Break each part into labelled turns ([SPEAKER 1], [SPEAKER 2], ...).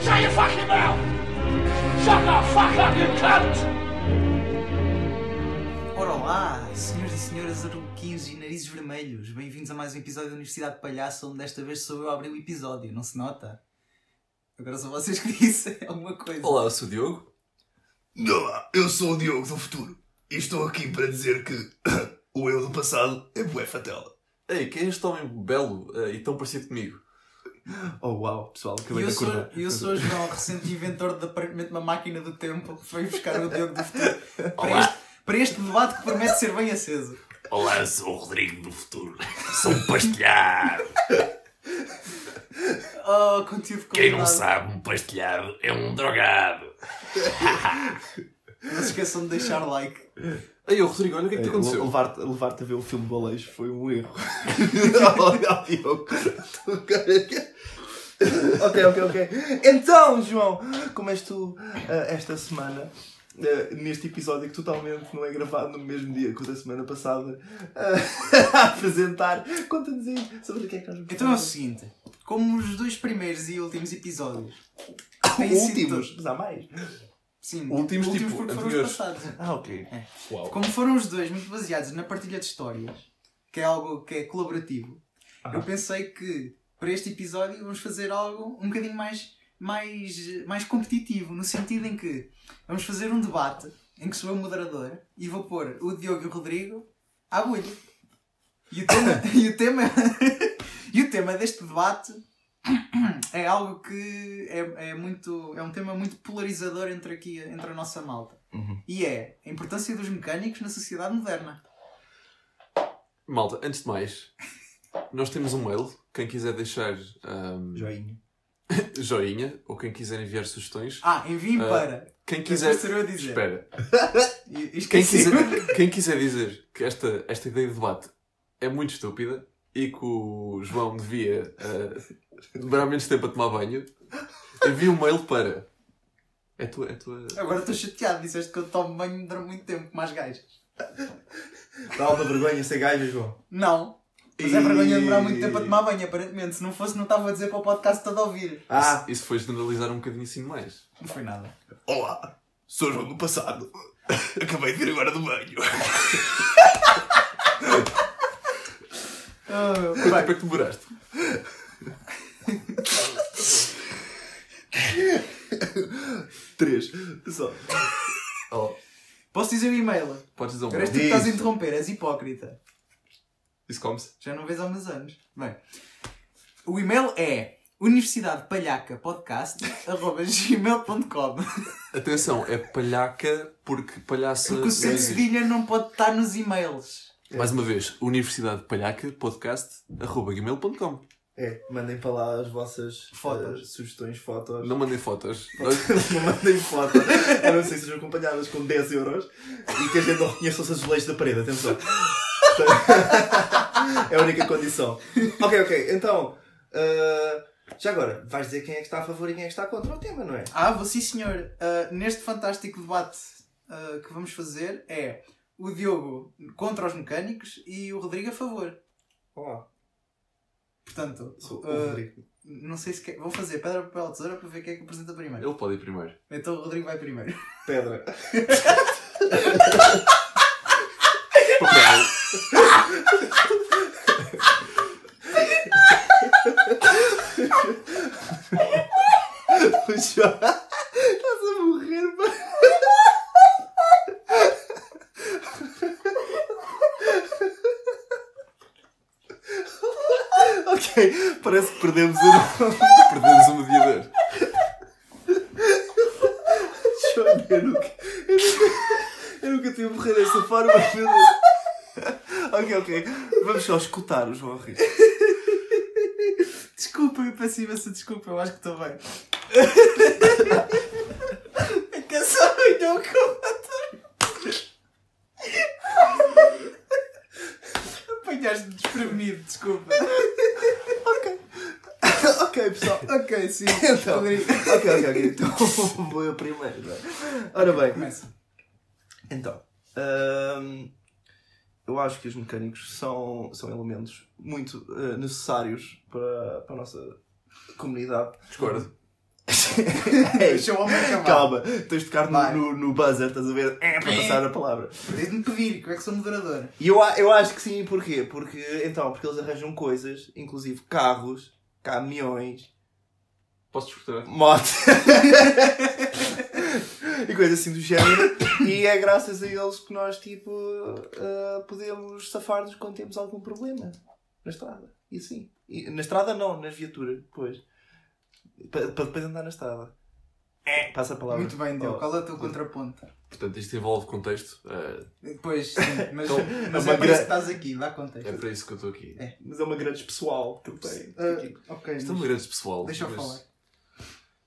[SPEAKER 1] Shut your fucking mouth! Shut the fuck up, you cunt!
[SPEAKER 2] Ora lá, senhores e senhoras aruquinhos e narizes vermelhos, bem-vindos a mais um episódio da Universidade de Palhaço, onde desta vez sou eu a abrir o episódio, não se nota? Agora são vocês que dizem alguma coisa.
[SPEAKER 3] Olá, eu sou o Diogo.
[SPEAKER 4] Olá, eu sou o Diogo do futuro e estou aqui para dizer que o eu do passado é bué fatal.
[SPEAKER 3] Ei, quem é este homem belo eh, e tão parecido comigo?
[SPEAKER 5] Oh uau, pessoal,
[SPEAKER 2] E
[SPEAKER 5] acabei
[SPEAKER 2] eu
[SPEAKER 5] de
[SPEAKER 2] sou,
[SPEAKER 5] acordar.
[SPEAKER 2] e eu sou o João, recente inventor de aparentemente uma máquina do tempo, que foi buscar o Diogo do futuro para este, para este debate que promete ser bem aceso.
[SPEAKER 1] Olá, sou o Rodrigo do futuro. Sou um pastelhado.
[SPEAKER 2] Oh, conteúdo
[SPEAKER 1] Quem não
[SPEAKER 2] qualidade.
[SPEAKER 1] sabe, um pastelhado é um drogado.
[SPEAKER 2] Não se esqueçam de deixar like.
[SPEAKER 3] Ei, ô Rodrigo, olha o que é que te
[SPEAKER 5] Ei,
[SPEAKER 3] aconteceu.
[SPEAKER 5] le- Levar-te levar a ver o filme do Alejo foi um erro.
[SPEAKER 4] Olha, Diogo, tu cara que-
[SPEAKER 5] ok, ok, ok. Então, João, como és tu ah, esta semana, ah, neste episódio que totalmente não é gravado no mesmo dia que o da semana passada, ah, a apresentar, conta-nos aí sobre o que é que nós vamos
[SPEAKER 2] Então é o
[SPEAKER 5] falar.
[SPEAKER 2] seguinte, como os dois primeiros e últimos episódios... têm sido
[SPEAKER 5] Últimos,
[SPEAKER 3] então.
[SPEAKER 2] todos-
[SPEAKER 5] mas há mais. é?
[SPEAKER 2] Sim,
[SPEAKER 3] Últimos, tipo,
[SPEAKER 2] porque foram os
[SPEAKER 3] anteriores.
[SPEAKER 2] passados.
[SPEAKER 5] Ah, ok.
[SPEAKER 3] Uau.
[SPEAKER 2] Como foram os dois muito baseados na partilha de histórias, que é algo que é colaborativo,
[SPEAKER 5] Ah.
[SPEAKER 2] eu pensei que para este episódio vamos fazer algo um bocadinho mais, mais, mais competitivo, no sentido em que vamos fazer um debate em que sou eu moderador e vou pôr o Diogo e o Rodrigo à bolha. E o tema, e o tema, e o tema deste debate é algo que é, é muito. é um tema muito polarizador entre aqui, entre a nossa malta. E é a importância dos mecânicos na sociedade moderna.
[SPEAKER 3] Malta, antes de mais, nós temos um mail. Quem quiser deixar ahm,
[SPEAKER 5] Joinha.
[SPEAKER 3] joinha ou quem quiser enviar sugestões.
[SPEAKER 2] Ah, enviem
[SPEAKER 3] Ah,
[SPEAKER 2] para.
[SPEAKER 3] Quem
[SPEAKER 2] Quiser...
[SPEAKER 3] quiser.
[SPEAKER 2] Ser eu a dizer.
[SPEAKER 3] Espera.
[SPEAKER 2] E- e
[SPEAKER 3] Quem
[SPEAKER 2] esqueci.
[SPEAKER 3] quiser, quem quiser dizer que esta, esta ideia de debate é muito estúpida e que o João devia eh, demorar menos tempo a tomar banho, envie um mail para. É tua. É tua...
[SPEAKER 2] Agora estou chateado, disseste que eu tomo banho durante muito tempo, com mais gajas.
[SPEAKER 5] Dá uma vergonha ser gajo, João.
[SPEAKER 2] Não. Mas é vergonha de demorar muito tempo a
[SPEAKER 5] E-
[SPEAKER 2] tomar banho, aparentemente. Se não fosse, não estava a dizer para o podcast todo a ouvir.
[SPEAKER 5] Ah,
[SPEAKER 3] Isso foi generalizar um bocadinho assim demais.
[SPEAKER 2] Não foi nada.
[SPEAKER 4] Olá, sou o João do passado. Acabei de vir agora do banho.
[SPEAKER 3] Quanto tempo é que demoraste?
[SPEAKER 5] três. Só.
[SPEAKER 3] Oh,
[SPEAKER 2] Posso dizer o e-mail?
[SPEAKER 3] podes dizer um
[SPEAKER 2] Agora és
[SPEAKER 3] mail.
[SPEAKER 2] tu que estás a
[SPEAKER 5] Diz.
[SPEAKER 2] interromper, és hipócrita.
[SPEAKER 3] Isso come-se.
[SPEAKER 2] Já não vês há uns anos. Bem, o e-mail é universidadepalhacapodcast.gmail.com
[SPEAKER 3] Atenção, é palhaca porque palhaça.
[SPEAKER 2] Porque o C de Cedilha não pode estar nos e-mails.
[SPEAKER 3] Mais uma vez, Universidade de Palhaca, podcast, arroba gmail.com.
[SPEAKER 5] É, mandem para lá as vossas
[SPEAKER 2] Fotos.
[SPEAKER 5] eh, sugestões, fotos.
[SPEAKER 3] Não mandem fotos. Nós-
[SPEAKER 5] Não mandem fotos. A não ser que sejam acompanhadas com 10 euros e que a gente não reconheça os azulejos da parede, atenção. é a única condição. Ok, ok, então. eh, já agora, vais dizer quem é que está a favor e quem é que está contra o tema, não é?
[SPEAKER 2] Ah, vou sim, senhor. Uh, neste fantástico debate uh, que vamos fazer é o Diogo contra os mecânicos e o Rodrigo a favor.
[SPEAKER 5] Olá,
[SPEAKER 2] Portanto,
[SPEAKER 5] sou o
[SPEAKER 2] uh,
[SPEAKER 5] Rodrigo.
[SPEAKER 2] não sei se quer... vou fazer pedra, papel ou tesoura para ver quem é que apresenta primeiro.
[SPEAKER 3] Ele pode ir primeiro.
[SPEAKER 2] Então o Rodrigo vai primeiro.
[SPEAKER 5] Pedra.
[SPEAKER 3] Papel.
[SPEAKER 5] O João. Estás a morrer, mano. ok, parece que perdemos o nome.
[SPEAKER 3] Perdemos o mediador.
[SPEAKER 5] João, eu nunca, eu nunca, eu nunca tinha morrer dessa forma. meu Deus. Ok, ok. Vamos só escutar o João a rir.
[SPEAKER 2] Desculpa, eu peço imensa desculpa, eu acho que estou bem. A canção não combater. Apanhaste-me desprevenido, desculpa.
[SPEAKER 5] Ok, pessoal.
[SPEAKER 2] Ok, sim.
[SPEAKER 5] Então,
[SPEAKER 2] Rodrigo.
[SPEAKER 5] ok, ok, ok. Então vou eu primeiro. não é? Ora bem,
[SPEAKER 2] Começa.
[SPEAKER 5] Então, hum, eu acho que os mecânicos são, são elementos muito eh, necessários para, para a nossa comunidade.
[SPEAKER 3] Discordo.
[SPEAKER 2] Deixa o homem acabar.
[SPEAKER 5] É Calma, tens de
[SPEAKER 2] É
[SPEAKER 5] tocar
[SPEAKER 2] Vai.
[SPEAKER 5] no, no, no buzzer, estás a ver? É, para passar a palavra.
[SPEAKER 2] Tens-me pedir, como é que sou moderador?
[SPEAKER 5] E eu, a- eu acho que sim, porquê? Porque, então, porque eles arranjam coisas, inclusive carros, caminhões,
[SPEAKER 3] Posso discordar?
[SPEAKER 5] motos e coisas assim do género. E é graças a eles que nós, tipo, ah, podemos safar-nos quando temos algum problema na estrada. E assim. E- na estrada não, nas viaturas, depois. Para depois andar na estrada. É, Passa a palavra.
[SPEAKER 2] Muito bem, Diogo.
[SPEAKER 5] Oh.
[SPEAKER 2] Qual é o teu contraponto?
[SPEAKER 3] Portanto, isto envolve contexto. eh,
[SPEAKER 2] Depois, sim, mas,
[SPEAKER 3] Então,
[SPEAKER 2] mas
[SPEAKER 5] é uma
[SPEAKER 2] é por
[SPEAKER 5] gra-
[SPEAKER 2] isso que estás aqui, dá
[SPEAKER 3] é
[SPEAKER 2] contexto.
[SPEAKER 3] para isso que eu estou aqui.
[SPEAKER 2] É.
[SPEAKER 5] Mas é uma grande pessoal que tipo, eu tenho.
[SPEAKER 2] Ah, ok,
[SPEAKER 3] Isto é um
[SPEAKER 2] mas-
[SPEAKER 3] grande pessoal.
[SPEAKER 2] deixa eu
[SPEAKER 3] mas-
[SPEAKER 2] falar.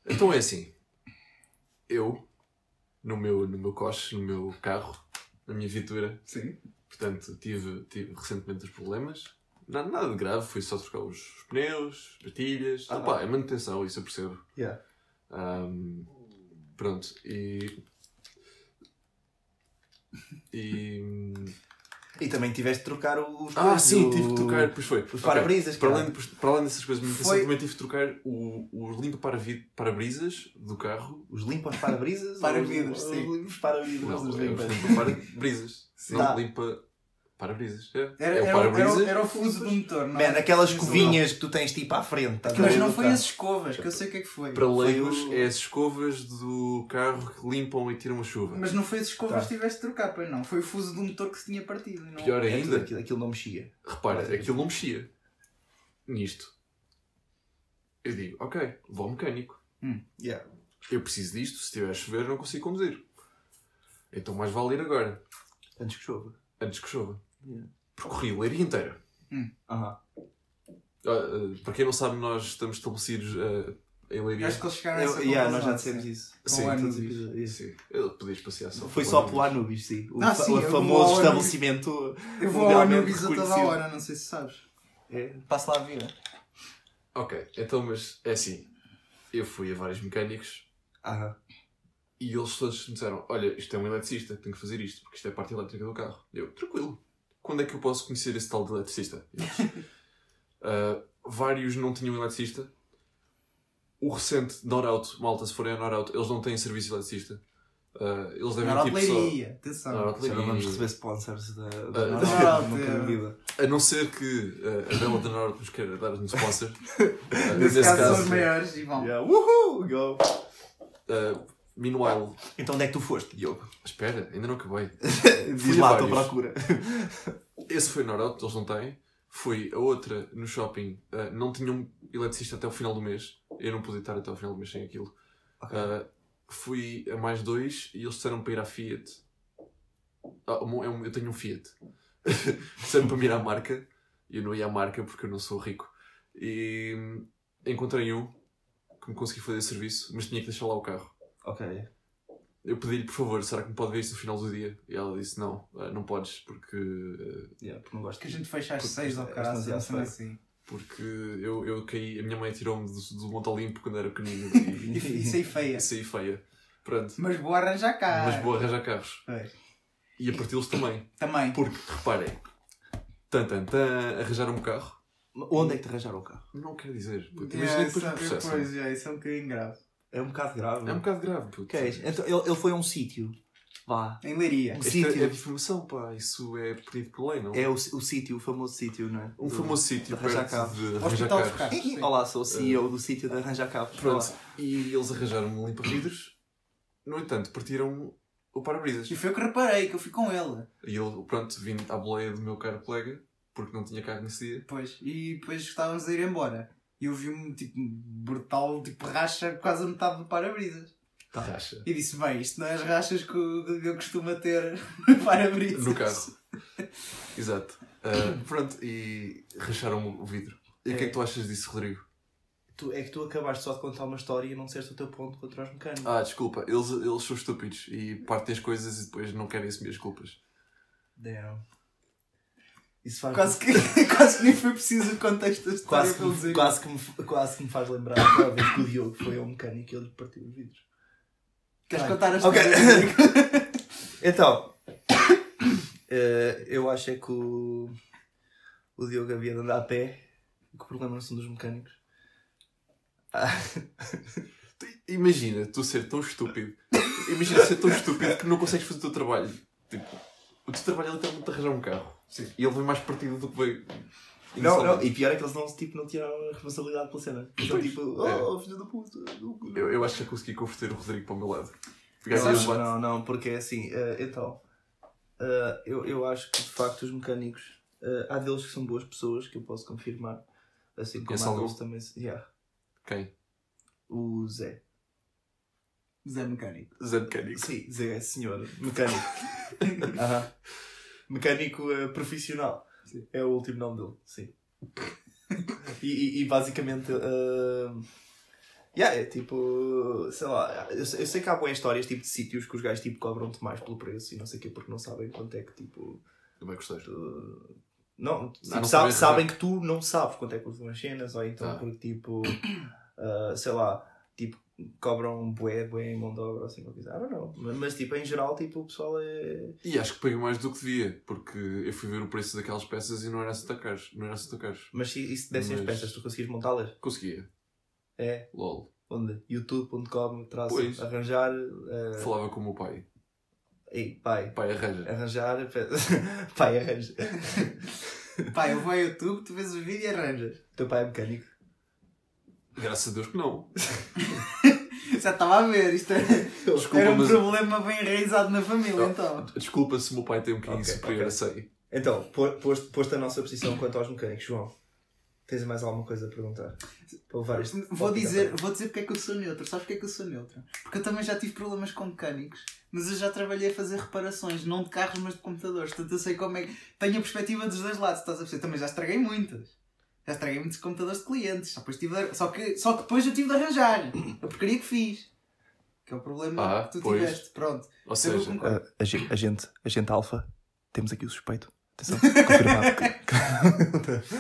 [SPEAKER 3] Então é assim. Eu, no meu, no meu coche, no meu carro, na minha viatura,
[SPEAKER 2] Sim.
[SPEAKER 3] portanto, tive, tive recentemente os problemas. Nada, nada de grave, fui só trocar os, os pneus, patilhas.
[SPEAKER 5] Ah.
[SPEAKER 3] Ah, pá, é manutenção, isso eu percebo.
[SPEAKER 5] Yeah.
[SPEAKER 3] Ahm, pronto, e. E.
[SPEAKER 5] E também tiveste de trocar o- os
[SPEAKER 3] Ah,
[SPEAKER 5] coisas,
[SPEAKER 3] sim,
[SPEAKER 5] o-
[SPEAKER 3] tive que trocar, pois foi.
[SPEAKER 5] Os
[SPEAKER 3] Ok.
[SPEAKER 5] para-brisas,
[SPEAKER 3] Para
[SPEAKER 5] cara.
[SPEAKER 3] além, de- para além dessas coisas, de manutenção,
[SPEAKER 2] Foi-
[SPEAKER 3] também tive que trocar o, o limpa-para-brisas do carro.
[SPEAKER 5] Os limpas para-brisas?
[SPEAKER 2] Para-vidros,
[SPEAKER 5] Os-
[SPEAKER 2] sim.
[SPEAKER 5] Os limpos para-vidros.
[SPEAKER 3] Não,
[SPEAKER 5] os
[SPEAKER 3] é
[SPEAKER 5] limpas.
[SPEAKER 3] os limpa-para-brisas.
[SPEAKER 5] Sim.
[SPEAKER 3] Não,
[SPEAKER 5] Tá.
[SPEAKER 3] limpa. Para-brisas. É,
[SPEAKER 2] Era,
[SPEAKER 3] é
[SPEAKER 2] era, o-
[SPEAKER 3] o
[SPEAKER 2] era, o-
[SPEAKER 3] para-brisas.
[SPEAKER 2] era o fuso do motor, não é?
[SPEAKER 5] Man,
[SPEAKER 2] era?
[SPEAKER 5] aquelas
[SPEAKER 2] Fuso.
[SPEAKER 5] covinhas que tu tens tipo à frente. estás a
[SPEAKER 2] Mas
[SPEAKER 5] ver
[SPEAKER 2] não
[SPEAKER 5] o
[SPEAKER 2] foi
[SPEAKER 5] carro?
[SPEAKER 2] as escovas, que eu sei o que é que foi.
[SPEAKER 3] Para leigos,
[SPEAKER 5] o-
[SPEAKER 3] é as escovas do carro que limpam e tiram a chuva.
[SPEAKER 2] Mas não foi as escovas
[SPEAKER 5] Tá.
[SPEAKER 2] que tiveste de trocar, pois não. Foi o fuso do motor que se tinha partido. Não?
[SPEAKER 3] Pior
[SPEAKER 5] É tudo
[SPEAKER 3] ainda,
[SPEAKER 5] Aquilo, aquilo não mexia.
[SPEAKER 3] repara, aquilo não mexia. Nisto. Eu digo, ok, vou ao mecânico.
[SPEAKER 5] Yeah.
[SPEAKER 3] Eu preciso disto, se estiver a chover não consigo conduzir. Então mais vale ir agora,
[SPEAKER 5] Antes que chova.
[SPEAKER 3] antes que chova.
[SPEAKER 5] Yeah.
[SPEAKER 3] Percorri a leiria inteira.
[SPEAKER 5] Aham.
[SPEAKER 3] Ah, ah, para quem não sabe, nós estamos estabelecidos ah, em leiria.
[SPEAKER 2] Acho que eles chegaram a essa
[SPEAKER 5] Eu- yeah, nós
[SPEAKER 2] conclusão,
[SPEAKER 5] já dissemos
[SPEAKER 2] sim.
[SPEAKER 5] isso.
[SPEAKER 3] Sim,
[SPEAKER 2] Com
[SPEAKER 5] Todos
[SPEAKER 2] anos.
[SPEAKER 5] os episódios. Isso.
[SPEAKER 3] sim. Eu podia espaciar só.
[SPEAKER 5] Foi só pelo Anubis, sim. O,
[SPEAKER 2] Ah,
[SPEAKER 5] fa-
[SPEAKER 2] sim, eu
[SPEAKER 5] o
[SPEAKER 2] vou ao
[SPEAKER 5] famoso
[SPEAKER 2] Anubis.
[SPEAKER 5] estabelecimento.
[SPEAKER 2] Eu vou ao
[SPEAKER 5] mundialmente
[SPEAKER 2] Anubis a toda a
[SPEAKER 5] reconhecido.
[SPEAKER 2] hora, não sei se sabes.
[SPEAKER 5] É.
[SPEAKER 2] Passo lá a vida.
[SPEAKER 3] Ok, então, mas é assim. Eu fui a vários mecânicos
[SPEAKER 5] Aham.
[SPEAKER 3] e eles todos me disseram: Olha, isto é um eletricista, tenho que fazer isto, porque isto é a parte elétrica do carro. Eu, tranquilo. Quando é que eu posso conhecer esse tal de eletricista? Eles, "Ah, vários não tinham eletricista. O recente Norauto, malta, se forem a Norauto, eles não têm serviço de eletricista. Ah, eles devem
[SPEAKER 2] Era a
[SPEAKER 3] tipo só. Ah,
[SPEAKER 2] leiria, atenção.
[SPEAKER 3] Norauto
[SPEAKER 5] Já não vamos
[SPEAKER 3] Leiria.
[SPEAKER 5] receber sponsors da, da
[SPEAKER 3] Ah,
[SPEAKER 5] Norauto,
[SPEAKER 2] Norauto,
[SPEAKER 5] nunca
[SPEAKER 2] é.
[SPEAKER 5] na vida.
[SPEAKER 3] A não ser que eh, a Bela da Norte nos queira dar um sponsor. Eh,
[SPEAKER 2] Nesse caso, são os maiores e vão.
[SPEAKER 5] Yeah. Woohoo! Go!
[SPEAKER 3] eh, meanwhile,
[SPEAKER 5] Então onde é que tu foste, Diogo?
[SPEAKER 3] espera, ainda não acabei.
[SPEAKER 5] Diz
[SPEAKER 3] Fui a
[SPEAKER 5] lá a tua
[SPEAKER 3] vários.
[SPEAKER 5] procura.
[SPEAKER 3] Esse foi Norte, eles não têm. Fui a outra no shopping, eh, não tinham eletricista até o final do mês. Eu não podia estar até o final do mês sem aquilo. Eh, fui a mais dois e eles disseram para ir à Fiat. Ah, o meu- é um- eu tenho um Fiat. disseram para me ir à marca. E eu não ia à marca porque eu não sou rico. E hum, encontrei um que me consegui fazer serviço, mas tinha que deixar lá o carro.
[SPEAKER 5] Ok.
[SPEAKER 3] Eu pedi-lhe, por favor, será que me pode ver isso no final do dia? E ela disse, não, eh, não podes, porque eh,
[SPEAKER 5] Yeah, porque não gosto.
[SPEAKER 2] Que a gente fecha às
[SPEAKER 5] Porque
[SPEAKER 2] 6 ao
[SPEAKER 5] é
[SPEAKER 2] caralho,
[SPEAKER 5] demasiado
[SPEAKER 2] sendo
[SPEAKER 5] feio.
[SPEAKER 2] assim.
[SPEAKER 3] Porque eu, eu caí, a minha mãe tirou-me do, do Monte Olimpo quando era pequenino
[SPEAKER 2] E
[SPEAKER 3] e,
[SPEAKER 2] e saí feia.
[SPEAKER 3] e saí feia. Pronto.
[SPEAKER 2] Mas vou arranjar cá.
[SPEAKER 3] Mas vou arranjar carros.
[SPEAKER 2] Ah. Pois.
[SPEAKER 3] E a parti-los também.
[SPEAKER 2] Também.
[SPEAKER 3] Porque, reparem, tan, tan, tan, arranjaram um carro.
[SPEAKER 5] Onde é que te arranjaram o carro?
[SPEAKER 3] Não quero dizer. Puto,
[SPEAKER 2] Yeah,
[SPEAKER 3] imagina depois
[SPEAKER 2] isso-
[SPEAKER 3] do processo. né?
[SPEAKER 2] Pois, yeah, isso é um bocadinho grave.
[SPEAKER 5] É um bocado grave.
[SPEAKER 3] É um bocado grave, puto.
[SPEAKER 5] Ok, então ele, ele foi a um sítio. Vá.
[SPEAKER 2] Em leiria.
[SPEAKER 5] Um
[SPEAKER 3] Isto
[SPEAKER 5] sítio.
[SPEAKER 3] é, é difamação, pá. Isso é pedido por lei, não?
[SPEAKER 5] É o, o sítio, o famoso sítio, não é?
[SPEAKER 3] um famoso sítio
[SPEAKER 5] arranjar
[SPEAKER 3] perto
[SPEAKER 5] carros.
[SPEAKER 3] de arranjar
[SPEAKER 2] Hospital dos
[SPEAKER 3] carros.
[SPEAKER 2] carros.
[SPEAKER 5] Ih,
[SPEAKER 2] sim.
[SPEAKER 5] Olá, sou o CEO do sítio de Arranjar Cabos.
[SPEAKER 3] Pronto. E eles arranjaram-me um limpa-vidros. No entanto, partiram o para-brisas.
[SPEAKER 2] E foi o que reparei, que eu fui com ele.
[SPEAKER 3] E eu, pronto, vim à boleia do meu caro colega, porque não tinha carro nesse dia.
[SPEAKER 2] Pois. E depois estávamos a ir embora. E eu vi um tipo brutal, tipo racha quase a metade do para-brisas.
[SPEAKER 3] Racha.
[SPEAKER 2] E disse: Bem, isto não é as rachas que o- que eu costumo ter no para-brisas.
[SPEAKER 3] No carro. Exato. Ah, pronto, e racharam o vidro. E o que é que tu achas disso, Rodrigo?
[SPEAKER 5] Tu, é que tu acabaste só de contar uma história e não disseste o teu ponto contra os mecânicos.
[SPEAKER 3] Ah, desculpa, eles, eles são estúpidos e partem as coisas e depois não querem assumir as culpas.
[SPEAKER 5] Damn. Isso faz
[SPEAKER 2] Quase que, quase que nem foi preciso o contexto da história
[SPEAKER 5] quase
[SPEAKER 2] para ele
[SPEAKER 5] que,
[SPEAKER 2] dizer.
[SPEAKER 5] me, quase, que me, quase que me faz lembrar aquela vez que o Diogo foi ao mecânico e ele lhe partiu os vidros. um
[SPEAKER 2] Queres contar a
[SPEAKER 5] Ok.
[SPEAKER 2] história?
[SPEAKER 5] Então, Eh, eu acho é que o, o Diogo havia de andar a pé, que o problema não são dos mecânicos.
[SPEAKER 3] Tu- Imagina tu ser tão estúpido. Imagina ser tão estúpido que não consegues fazer o teu trabalho. Tipo, o teu trabalho é literalmente arranjar um carro. E ele vem mais partido do que veio.
[SPEAKER 5] Não, não,
[SPEAKER 3] inicialmente.
[SPEAKER 5] e pior é que eles não, tipo, não tiraram a responsabilidade pela cena. Então, tipo, oh, filho da puta. do- do-
[SPEAKER 3] Eu, assim, eu acho que já consegui converter o Rodrigo para o meu lado. Pegar
[SPEAKER 5] Não,
[SPEAKER 3] aí o
[SPEAKER 5] não,
[SPEAKER 3] debate.
[SPEAKER 5] não, não, porque é assim, eh, então, eh, eu, eu acho que de facto os mecânicos, eh, há deles que são boas pessoas, que eu posso confirmar, assim como
[SPEAKER 3] Conhece
[SPEAKER 5] há
[SPEAKER 3] algum?
[SPEAKER 5] deles também, se- yeah,
[SPEAKER 3] Quem?
[SPEAKER 5] o Zé.
[SPEAKER 2] Zé Mecânico.
[SPEAKER 3] Zé Mecânico.
[SPEAKER 5] Sim, Zé é senhor, mecânico. Aham. Mecânico eh, profissional,
[SPEAKER 2] Sim.
[SPEAKER 5] é o último nome dele, sim. e, e- e basicamente, eh, yeah, é tipo, sei lá, eu, sei- eu sei que há boas histórias tipo, de sítios que os gajos tipo, cobram-te mais pelo preço e não sei o quê, porque não sabem quanto é que tipo.
[SPEAKER 3] Tu vai gostar.
[SPEAKER 5] Uh, Não, tipo,
[SPEAKER 3] não
[SPEAKER 5] sa-
[SPEAKER 3] sabem
[SPEAKER 5] sabem,
[SPEAKER 3] dizer.
[SPEAKER 5] que tu não sabes quanto é que custam as cenas, ou então
[SPEAKER 3] Ah.
[SPEAKER 5] porque tipo, uh, sei lá, tipo, cobram bué, bué em mão de obra, assim, qualquer coisa. I don't know. Mas, mas, tipo, em geral, tipo, o pessoal é.
[SPEAKER 3] E acho que paguei mais do que devia, porque eu fui ver o preço daquelas peças e não era 70 caros. Não era 70 caros.
[SPEAKER 5] Mas se, e se dessem as
[SPEAKER 3] Mas-
[SPEAKER 5] peças, tu conseguias montá-las?
[SPEAKER 3] Conseguia.
[SPEAKER 5] É.
[SPEAKER 3] LOL.
[SPEAKER 5] Onde? youtube.com, traço,
[SPEAKER 3] Pois.
[SPEAKER 5] arranjar. uh,
[SPEAKER 3] Falava com o meu pai.
[SPEAKER 5] Ei, pai.
[SPEAKER 3] Pai, arranja.
[SPEAKER 5] Arranjar. pe- pai, arranja.
[SPEAKER 2] Pá, eu vou ao YouTube, tu vês o vídeo e arranjas.
[SPEAKER 5] Teu pai é mecânico.
[SPEAKER 3] Graças a Deus que não.
[SPEAKER 2] Já estava a ver, isto era,
[SPEAKER 3] Desculpa,
[SPEAKER 2] era um
[SPEAKER 3] mas-
[SPEAKER 2] problema bem enraizado na família,
[SPEAKER 3] Oh.
[SPEAKER 2] então.
[SPEAKER 3] Desculpa se o meu pai tem um bocadinho
[SPEAKER 5] Ok,
[SPEAKER 3] superior
[SPEAKER 5] ok.
[SPEAKER 3] a 100.
[SPEAKER 5] Então, po- posto, posto a nossa posição quanto aos mecânicos, João, tens mais alguma coisa a perguntar? Para levar este
[SPEAKER 2] Vou
[SPEAKER 5] tópico à
[SPEAKER 2] dizer,
[SPEAKER 5] frente.
[SPEAKER 2] vou dizer porque é que eu sou neutro. Sabes porque é que eu sou neutro? Porque eu também já tive problemas com mecânicos, mas eu já trabalhei a fazer reparações, não de carros, mas de computadores. Portanto, eu sei como é que. Tenho a perspectiva dos dois lados, estás a perceber? Também já estraguei muitas. Já estraguei muitos computadores de clientes. Só, depois tive de- só, que... só que depois eu tive de arranjar. A porcaria que fiz. Que é o problema
[SPEAKER 3] Ah,
[SPEAKER 2] que tu
[SPEAKER 3] pois.
[SPEAKER 2] tiveste. Pronto.
[SPEAKER 3] Ou
[SPEAKER 2] Eu
[SPEAKER 3] seja,
[SPEAKER 2] concordo.
[SPEAKER 5] Ah, a, gente, a gente, a gente alfa, temos aqui o suspeito. Atenção, confirmado. que-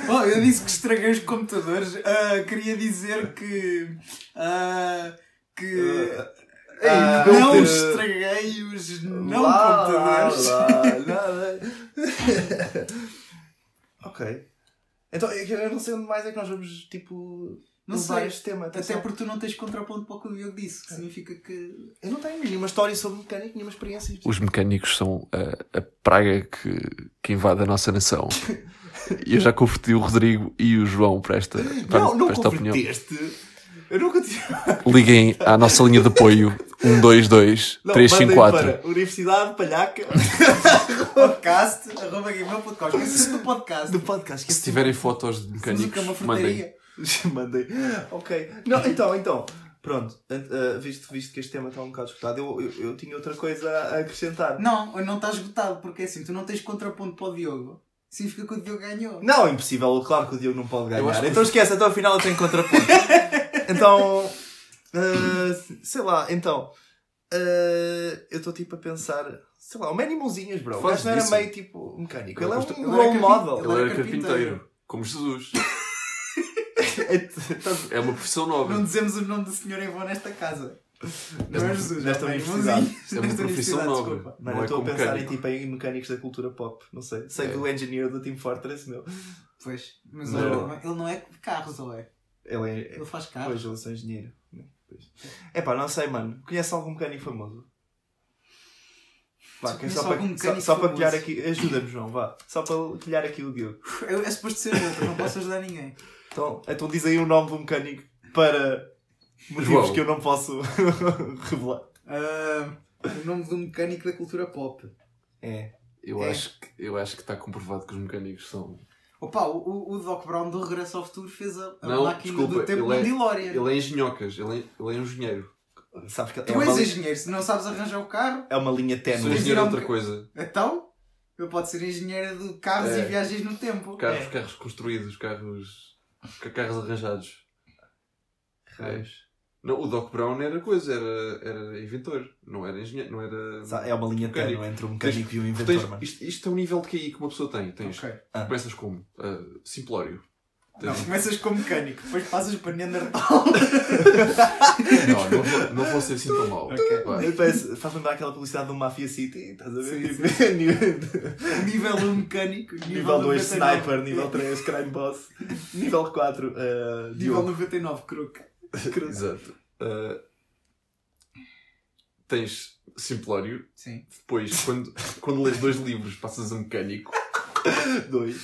[SPEAKER 2] Oh, eu disse que estraguei os computadores. Ah, queria dizer que. ah, que.
[SPEAKER 5] Ah, ah,
[SPEAKER 2] não
[SPEAKER 5] ah,
[SPEAKER 2] estraguei os não
[SPEAKER 5] Lá,
[SPEAKER 2] computadores.
[SPEAKER 5] lá, lá, lá. ok. Então, eu eu não sei onde mais é que nós vamos, tipo,
[SPEAKER 2] Não
[SPEAKER 5] levar
[SPEAKER 2] sei.
[SPEAKER 5] este tema.
[SPEAKER 2] Até
[SPEAKER 5] atenção.
[SPEAKER 2] porque tu não tens contraponto para o que o Diogo disse, que significa que.
[SPEAKER 5] Eu não tenho nenhuma história sobre mecânico, nenhuma experiência.
[SPEAKER 3] os mecânicos são a, a praga que, que invade a nossa nação. E eu já converti o Rodrigo e o João para esta, para,
[SPEAKER 5] não, não
[SPEAKER 3] para esta opinião.
[SPEAKER 5] converteste. Eu nunca tive...
[SPEAKER 3] Liguem à nossa linha de apoio 122
[SPEAKER 5] Não, mandem
[SPEAKER 3] 354.
[SPEAKER 5] para Universidade Palhaca.
[SPEAKER 2] Podcast, arroba gmail.com. Esqueça do podcast.
[SPEAKER 5] Do podcast.
[SPEAKER 3] Se tiverem fotos de mecânicos,
[SPEAKER 2] Música é uma
[SPEAKER 3] mandem.
[SPEAKER 2] frutaria.
[SPEAKER 5] Mandei. Ok. Não, então, então. Pronto. Uh, uh, visto, visto que este tema está um bocado escutado, eu, eu, eu tinha outra coisa a acrescentar.
[SPEAKER 2] Não, não está esgotado, porque é assim, tu não tens contraponto para o Diogo, significa que o Diogo ganhou.
[SPEAKER 5] Não, impossível. Claro que o Diogo não pode
[SPEAKER 3] Eu acho
[SPEAKER 5] ganhar.
[SPEAKER 3] que-
[SPEAKER 5] Então esquece. Até o final eu tenho contraponto. então... uh, sei lá. Então... uh, eu estou tipo a pensar... Sei lá. O Manny Mãozinhas, bro. O
[SPEAKER 3] Faz
[SPEAKER 5] gajo não era
[SPEAKER 3] disso.
[SPEAKER 5] meio tipo mecânico. Ele é
[SPEAKER 3] Ele
[SPEAKER 5] um
[SPEAKER 2] era
[SPEAKER 5] role
[SPEAKER 2] capi-
[SPEAKER 5] model.
[SPEAKER 3] Ele era carpinteiro, como Jesus. É uma profissão
[SPEAKER 2] Não
[SPEAKER 3] nobre.
[SPEAKER 2] dizemos o nome do senhor em vão nesta casa. Não
[SPEAKER 3] Nesta-
[SPEAKER 2] é Jesus,
[SPEAKER 5] nesta
[SPEAKER 2] é bem,
[SPEAKER 5] universidade.
[SPEAKER 2] irmãozinhos,
[SPEAKER 3] É uma
[SPEAKER 2] nesta
[SPEAKER 3] profissão
[SPEAKER 2] universidade,
[SPEAKER 3] nobre.
[SPEAKER 2] desculpa.
[SPEAKER 5] Mano,
[SPEAKER 3] Não
[SPEAKER 5] eu
[SPEAKER 3] é
[SPEAKER 5] estou a
[SPEAKER 3] como
[SPEAKER 5] pensar em,
[SPEAKER 3] mecânico.
[SPEAKER 5] tipo, em mecânicos da cultura pop, não sei. Sei
[SPEAKER 3] É.
[SPEAKER 5] do engineer do Team Fortress, meu.
[SPEAKER 2] Pois, mas
[SPEAKER 3] Não.
[SPEAKER 2] olha, ele não é de carros, ou é?
[SPEAKER 5] Ele é.
[SPEAKER 2] Ele faz
[SPEAKER 3] Ah.
[SPEAKER 2] carros.
[SPEAKER 5] Pois, ele é engenheiro. É pá, não sei, mano. Conhece algum mecânico famoso? Vá,
[SPEAKER 2] Se
[SPEAKER 5] que é
[SPEAKER 2] conheço
[SPEAKER 5] só para,
[SPEAKER 2] algum
[SPEAKER 5] só,
[SPEAKER 2] mecânico
[SPEAKER 5] só para
[SPEAKER 2] famoso.
[SPEAKER 5] colhar aqui. Ajuda-me, João, vá. Só para colhar aqui o Diogo.
[SPEAKER 2] Eu, é suposto ser outro, não posso ajudar ninguém.
[SPEAKER 5] Então, então diz aí o nome do mecânico para motivos
[SPEAKER 3] João.
[SPEAKER 5] que eu não posso revelar.
[SPEAKER 2] Ah, o nome de um mecânico da cultura pop.
[SPEAKER 5] É.
[SPEAKER 3] Eu
[SPEAKER 2] É.
[SPEAKER 3] acho que eu acho que está comprovado que os mecânicos são.
[SPEAKER 2] Opa, o, o Doc Brown do Regresso ao Futuro fez a, a
[SPEAKER 3] Não,
[SPEAKER 2] máquina
[SPEAKER 3] desculpa,
[SPEAKER 2] do tempo
[SPEAKER 3] ele
[SPEAKER 2] do
[SPEAKER 3] é-
[SPEAKER 2] DeLorean.
[SPEAKER 3] Ele é engenhocas, ele é, ele é engenheiro.
[SPEAKER 5] Sabes que é
[SPEAKER 2] Tu
[SPEAKER 5] uma,
[SPEAKER 2] és
[SPEAKER 5] li-
[SPEAKER 2] engenheiro, se não sabes arranjar o carro,
[SPEAKER 5] é uma linha
[SPEAKER 3] Sou
[SPEAKER 5] ténue.
[SPEAKER 3] engenheiro é
[SPEAKER 2] um
[SPEAKER 3] outra
[SPEAKER 2] meca-
[SPEAKER 3] coisa.
[SPEAKER 2] então eu posso ser engenheiro de carros
[SPEAKER 3] É.
[SPEAKER 2] e viagens no tempo.
[SPEAKER 3] Carros, carros construídos, carros. ca- carros arranjados. É.
[SPEAKER 5] Raios.
[SPEAKER 3] Não, o Doc Brown era coisa, era, era inventor, não era engenheiro, não era.
[SPEAKER 5] Sabe, É uma linha
[SPEAKER 3] Mecânico.
[SPEAKER 5] ténue entre um mecânico e um
[SPEAKER 3] Tu
[SPEAKER 5] inventor,
[SPEAKER 3] tens-
[SPEAKER 5] mano.
[SPEAKER 3] isto, isto é um nível de QI que uma pessoa tem. Tens,
[SPEAKER 2] Ok.
[SPEAKER 5] Ah.
[SPEAKER 3] Começas como? Ah, simplório.
[SPEAKER 2] Não, começas como mecânico, depois passas para Neandertal.
[SPEAKER 3] Não, não vou, não vou ser assim tão mau.
[SPEAKER 2] Ok.
[SPEAKER 3] Vai.
[SPEAKER 5] Eu penso, faz lembrar aquela publicidade do Mafia City, estás a ver?
[SPEAKER 2] Sim,
[SPEAKER 5] Tipo, nível-
[SPEAKER 2] Nível 1 mecânico,
[SPEAKER 5] nível 2
[SPEAKER 2] 99.
[SPEAKER 5] Sniper, nível 3 Crime Boss, nível 4 uh,
[SPEAKER 2] Nível
[SPEAKER 5] Diogo.
[SPEAKER 2] 99, crook.
[SPEAKER 3] Exato. Ah, tens simplório,
[SPEAKER 2] Sim.
[SPEAKER 3] depois quando, quando lês dois livros passas a mecânico,
[SPEAKER 5] 2.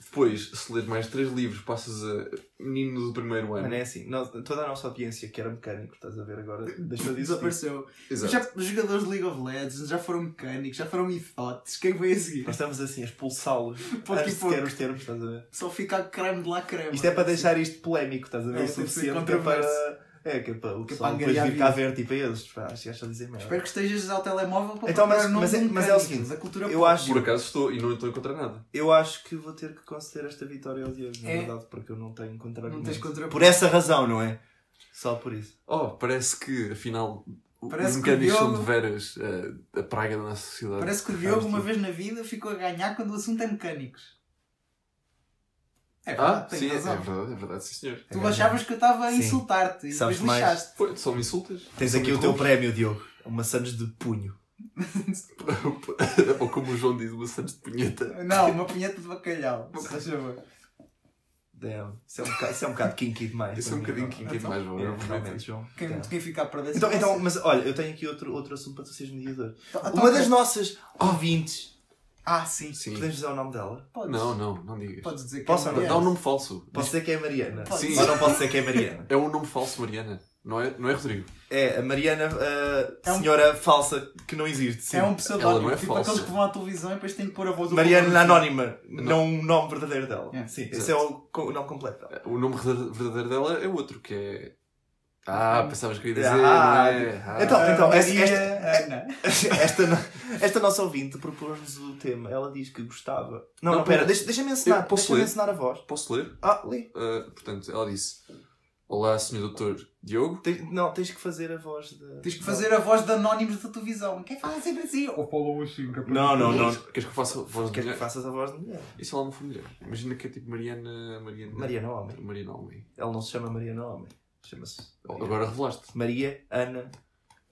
[SPEAKER 3] depois se lês mais três livros passas a menino do primeiro
[SPEAKER 5] Mano,
[SPEAKER 3] ano.
[SPEAKER 5] é assim, nós- toda a nossa audiência que era mecânico, estás a ver agora, deixou de existir.
[SPEAKER 2] Desapareceu.
[SPEAKER 3] Exato.
[SPEAKER 2] Já, jogadores de League of Legends já foram mecânicos, já foram e-thoughts. Quem veio a seguir?
[SPEAKER 5] Nós estamos assim a expulsá-los
[SPEAKER 2] Pouco
[SPEAKER 5] antes
[SPEAKER 2] e pouco.
[SPEAKER 5] sequer os termos, estás a ver?
[SPEAKER 2] Só fica creme de lá creme.
[SPEAKER 5] Isto é para deixar isto polémico, estás a ver?
[SPEAKER 2] É, tem
[SPEAKER 5] o
[SPEAKER 2] que ser
[SPEAKER 5] suficiente que é
[SPEAKER 2] controverso.
[SPEAKER 5] para. É, que é para o
[SPEAKER 2] Que é
[SPEAKER 5] pessoal
[SPEAKER 2] para
[SPEAKER 5] depois
[SPEAKER 2] angariar
[SPEAKER 5] vir cá
[SPEAKER 2] a
[SPEAKER 5] ver, tipo, a eles, pá, acho que estás a dizer merda.
[SPEAKER 2] Espero que estejas ao telemóvel para
[SPEAKER 5] Então, mas-
[SPEAKER 2] procurar o nome
[SPEAKER 5] mas é-
[SPEAKER 2] de um
[SPEAKER 5] mas é o
[SPEAKER 2] mecânico
[SPEAKER 5] seguinte,
[SPEAKER 2] da cultura
[SPEAKER 5] eu
[SPEAKER 2] pop.
[SPEAKER 5] acho-
[SPEAKER 3] Por acaso estou e não estou a encontrar nada.
[SPEAKER 5] Eu acho que vou ter que conceder esta vitória ao Diogo, na
[SPEAKER 2] É?
[SPEAKER 5] verdade, porque eu não tenho contra
[SPEAKER 2] Não tens contra
[SPEAKER 5] Por essa razão, não é? Só por isso.
[SPEAKER 3] Oh, parece que afinal
[SPEAKER 2] Parece
[SPEAKER 3] os
[SPEAKER 2] que o
[SPEAKER 3] mecânicos são
[SPEAKER 2] Diogo-
[SPEAKER 3] de veras ah, a praga da nossa sociedade.
[SPEAKER 2] Parece que o Diogo, uma vez na vida, ficou a ganhar quando o assunto é mecânicos. É
[SPEAKER 3] Ah,
[SPEAKER 2] verdade, tens
[SPEAKER 3] sim, é, é
[SPEAKER 2] razão.
[SPEAKER 3] verdade, é verdade, sim senhor.
[SPEAKER 2] Tu achavas que eu estava a
[SPEAKER 5] Sim.
[SPEAKER 2] insultar-te e
[SPEAKER 5] Sabes
[SPEAKER 2] depois
[SPEAKER 5] mais?
[SPEAKER 2] lixaste.
[SPEAKER 3] Pô, só me insultas?
[SPEAKER 5] Tens
[SPEAKER 3] Só
[SPEAKER 5] aqui
[SPEAKER 3] me
[SPEAKER 5] o teu
[SPEAKER 3] interrompes?
[SPEAKER 5] prémio, Diogo. É Uma Santos de punho.
[SPEAKER 3] Ou como o João diz, uma Santos de punheta.
[SPEAKER 2] Não, uma punheta de bacalhau. se faz favor.
[SPEAKER 5] Damn. Isso é um bocado, isso é um bocado kinky demais.
[SPEAKER 3] Isso é um
[SPEAKER 5] para mim.
[SPEAKER 3] bocadinho
[SPEAKER 2] Então,
[SPEAKER 3] quinquém demais, vou
[SPEAKER 5] É,
[SPEAKER 3] prometo.
[SPEAKER 5] realmente, João.
[SPEAKER 2] Quem,
[SPEAKER 5] Damn.
[SPEAKER 2] quem fica a perder
[SPEAKER 5] Então,
[SPEAKER 2] são
[SPEAKER 5] então,
[SPEAKER 2] vocês.
[SPEAKER 5] mas olha, eu tenho aqui outro, outro assunto para tu seres mediador.
[SPEAKER 2] Então,
[SPEAKER 5] Uma das
[SPEAKER 2] ok.
[SPEAKER 5] nossas ouvintes,
[SPEAKER 2] Ah, sim.
[SPEAKER 3] Sim.
[SPEAKER 5] podemos dizer o nome dela?
[SPEAKER 2] Podes,
[SPEAKER 3] Não, não, não digas.
[SPEAKER 2] Podes dizer que
[SPEAKER 5] Posso
[SPEAKER 2] é
[SPEAKER 5] ou não?
[SPEAKER 2] mulher.
[SPEAKER 3] Dá um nome falso.
[SPEAKER 5] Posso dizer que é a Mariana?
[SPEAKER 2] Pode.
[SPEAKER 3] Sim.
[SPEAKER 5] Ou não posso dizer que é a Mariana?
[SPEAKER 3] É um nome falso, Mariana. Não é, não é Rodrigo.
[SPEAKER 5] É, a Mariana, a
[SPEAKER 2] É um-
[SPEAKER 5] senhora falsa que não existe. sim.
[SPEAKER 2] É um
[SPEAKER 3] Ela não
[SPEAKER 2] pseudónimo.
[SPEAKER 3] é
[SPEAKER 2] tipo
[SPEAKER 3] falsa.
[SPEAKER 2] aqueles que vão à televisão e depois têm que pôr a voz do
[SPEAKER 5] Mariana na
[SPEAKER 2] Rodrigo.
[SPEAKER 5] anónima, não o nome verdadeiro dela.
[SPEAKER 2] É.
[SPEAKER 5] Sim,
[SPEAKER 3] Exato.
[SPEAKER 5] esse é o, co- o nome completo dela.
[SPEAKER 3] O nome verda- verdadeiro dela é outro, que é. Ah, pensavas que eu ia dizer,
[SPEAKER 5] Ah,
[SPEAKER 3] não é? Ah.
[SPEAKER 5] então-
[SPEAKER 2] Ah,
[SPEAKER 5] então, essa-
[SPEAKER 2] Maria
[SPEAKER 5] esta-
[SPEAKER 2] Ana.
[SPEAKER 5] Esta, no- esta nossa ouvinte propôs-nos o tema. Ela diz que gostava. Não,
[SPEAKER 3] Não,
[SPEAKER 5] não, pera,
[SPEAKER 3] pera.
[SPEAKER 5] deixa- deixa-me ensinar.
[SPEAKER 3] Eu posso
[SPEAKER 5] Deixa-me
[SPEAKER 3] ler?
[SPEAKER 5] ensinar a voz.
[SPEAKER 3] Posso ler?
[SPEAKER 5] Ah, li.
[SPEAKER 3] Ah, portanto, ela disse: Olá, senhor doutor Diogo.
[SPEAKER 5] Te- não, tens que fazer a voz de.
[SPEAKER 2] Tens que fazer a voz de anónimos da televisão. Quem fala sempre assim? Ou Paulo Oxinca.
[SPEAKER 5] Não, não, não.
[SPEAKER 3] Queres que eu faça voz de
[SPEAKER 5] Queres que
[SPEAKER 3] mulher?
[SPEAKER 5] faças a voz de mulher?
[SPEAKER 3] E se ela não for mulher? Imagina que é tipo Mariana. Mariana.
[SPEAKER 2] Hum.
[SPEAKER 5] Mariana Homem.
[SPEAKER 3] Mariana Homem.
[SPEAKER 5] Ela não se chama Mariana Homem. Chama-se.
[SPEAKER 3] Agora revelaste.
[SPEAKER 5] Maria Ana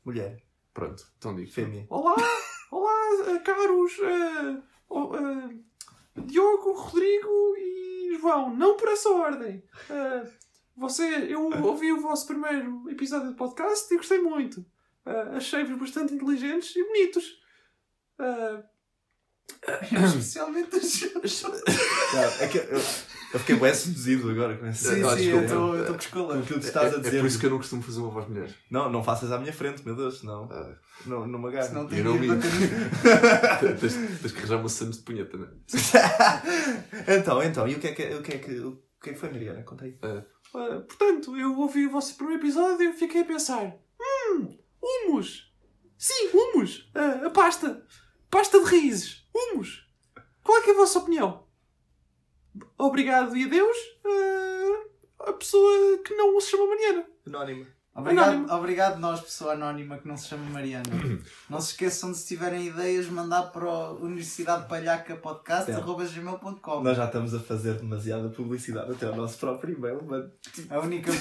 [SPEAKER 5] Mulher.
[SPEAKER 3] Pronto, então digo.
[SPEAKER 5] Fêmea.
[SPEAKER 3] Olá, olá, eh, caros eh, oh, eh, Diogo, Rodrigo e João, não por essa ordem. Eh, você, eu ouvi o vosso primeiro episódio do podcast e gostei muito. Eh, Achei-vos bastante inteligentes e bonitos. Eh,
[SPEAKER 2] Especialmente os...
[SPEAKER 5] Tá, é que eu, eu fiquei bem seduzido agora com esse.
[SPEAKER 2] Sim,
[SPEAKER 3] Ah,
[SPEAKER 2] sim,
[SPEAKER 3] desculpa.
[SPEAKER 2] eu é- estou com escola.
[SPEAKER 5] Aquilo que
[SPEAKER 3] É,
[SPEAKER 5] estás a dizer.
[SPEAKER 3] que eu não costumo fazer uma voz mulher.
[SPEAKER 5] Não, não faças à minha frente, meu Deus, senão. Não, não me agarro.
[SPEAKER 2] Ah. Senão
[SPEAKER 3] Eu
[SPEAKER 2] tenho
[SPEAKER 3] não
[SPEAKER 2] que ir
[SPEAKER 3] vi.
[SPEAKER 2] para caminho.
[SPEAKER 3] tens, que arranjar uma cena de punheta, não é?
[SPEAKER 5] então, então, e o que é que, o que, é que, o que, é que foi, Mariana? Conta aí.
[SPEAKER 3] Uh, portanto, eu ouvi o vosso primeiro episódio e fiquei a pensar: hum, humus! Sim, humus! Uh, a pasta! Pasta de raízes! Humus! Qual é, que é a vossa opinião? Obrigado e adeus uh, a pessoa que não se chama Mariana.
[SPEAKER 5] Anónima.
[SPEAKER 2] Obrigado,
[SPEAKER 3] Anónimo.
[SPEAKER 2] obrigado nós, pessoa anónima que não se chama Mariana. Não se esqueçam de, se tiverem ideias, mandar para o Universidade Palhaca Podcast,
[SPEAKER 5] Sim.
[SPEAKER 2] arroba gmail.com.
[SPEAKER 5] Nós já estamos a fazer demasiada publicidade até ao nosso próprio e-mail, mas.
[SPEAKER 2] A única,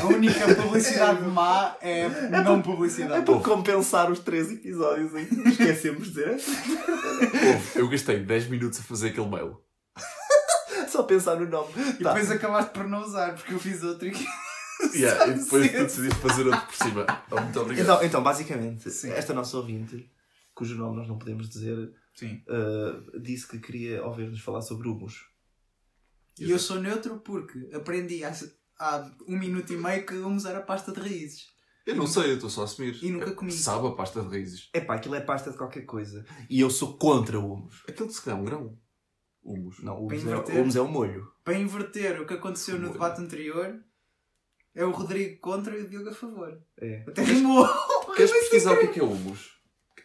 [SPEAKER 2] a única publicidade má é não publicidade.
[SPEAKER 5] É para compensar os três episódios em que nos esquecemos de dizer. é
[SPEAKER 3] eu gastei 10 minutos a fazer aquele mail.
[SPEAKER 5] Só pensar no nome.
[SPEAKER 2] E
[SPEAKER 5] Tá.
[SPEAKER 2] depois acabaste por não usar, porque eu fiz outro e
[SPEAKER 3] e depois tu decidiste fazer outro por cima. Oh, muito
[SPEAKER 5] Então, então, basicamente,
[SPEAKER 2] Sim.
[SPEAKER 5] esta nossa ouvinte, cujo nome nós não podemos dizer,
[SPEAKER 2] Sim.
[SPEAKER 5] eh, disse que queria ouvir-nos falar sobre humus.
[SPEAKER 2] E eu sou neutro porque aprendi há, há um minuto e meio que vamos usar a pasta de raízes.
[SPEAKER 3] eu não sei, eu estou só a assumir.
[SPEAKER 2] E nunca comi.
[SPEAKER 3] Sabe a pasta de raízes.
[SPEAKER 5] Epá, aquilo é pasta de qualquer coisa. E eu sou contra o humus.
[SPEAKER 3] Aquele de se calhar é um grão. Humus.
[SPEAKER 5] Não,
[SPEAKER 2] Para
[SPEAKER 5] humus é,
[SPEAKER 2] inverter.
[SPEAKER 5] humus é um molho.
[SPEAKER 2] Para inverter o que aconteceu no debate anterior, é o Rodrigo contra e o Diogo a favor.
[SPEAKER 5] É.
[SPEAKER 2] Até rimou!
[SPEAKER 3] Queres pesquisar o que é que é humus?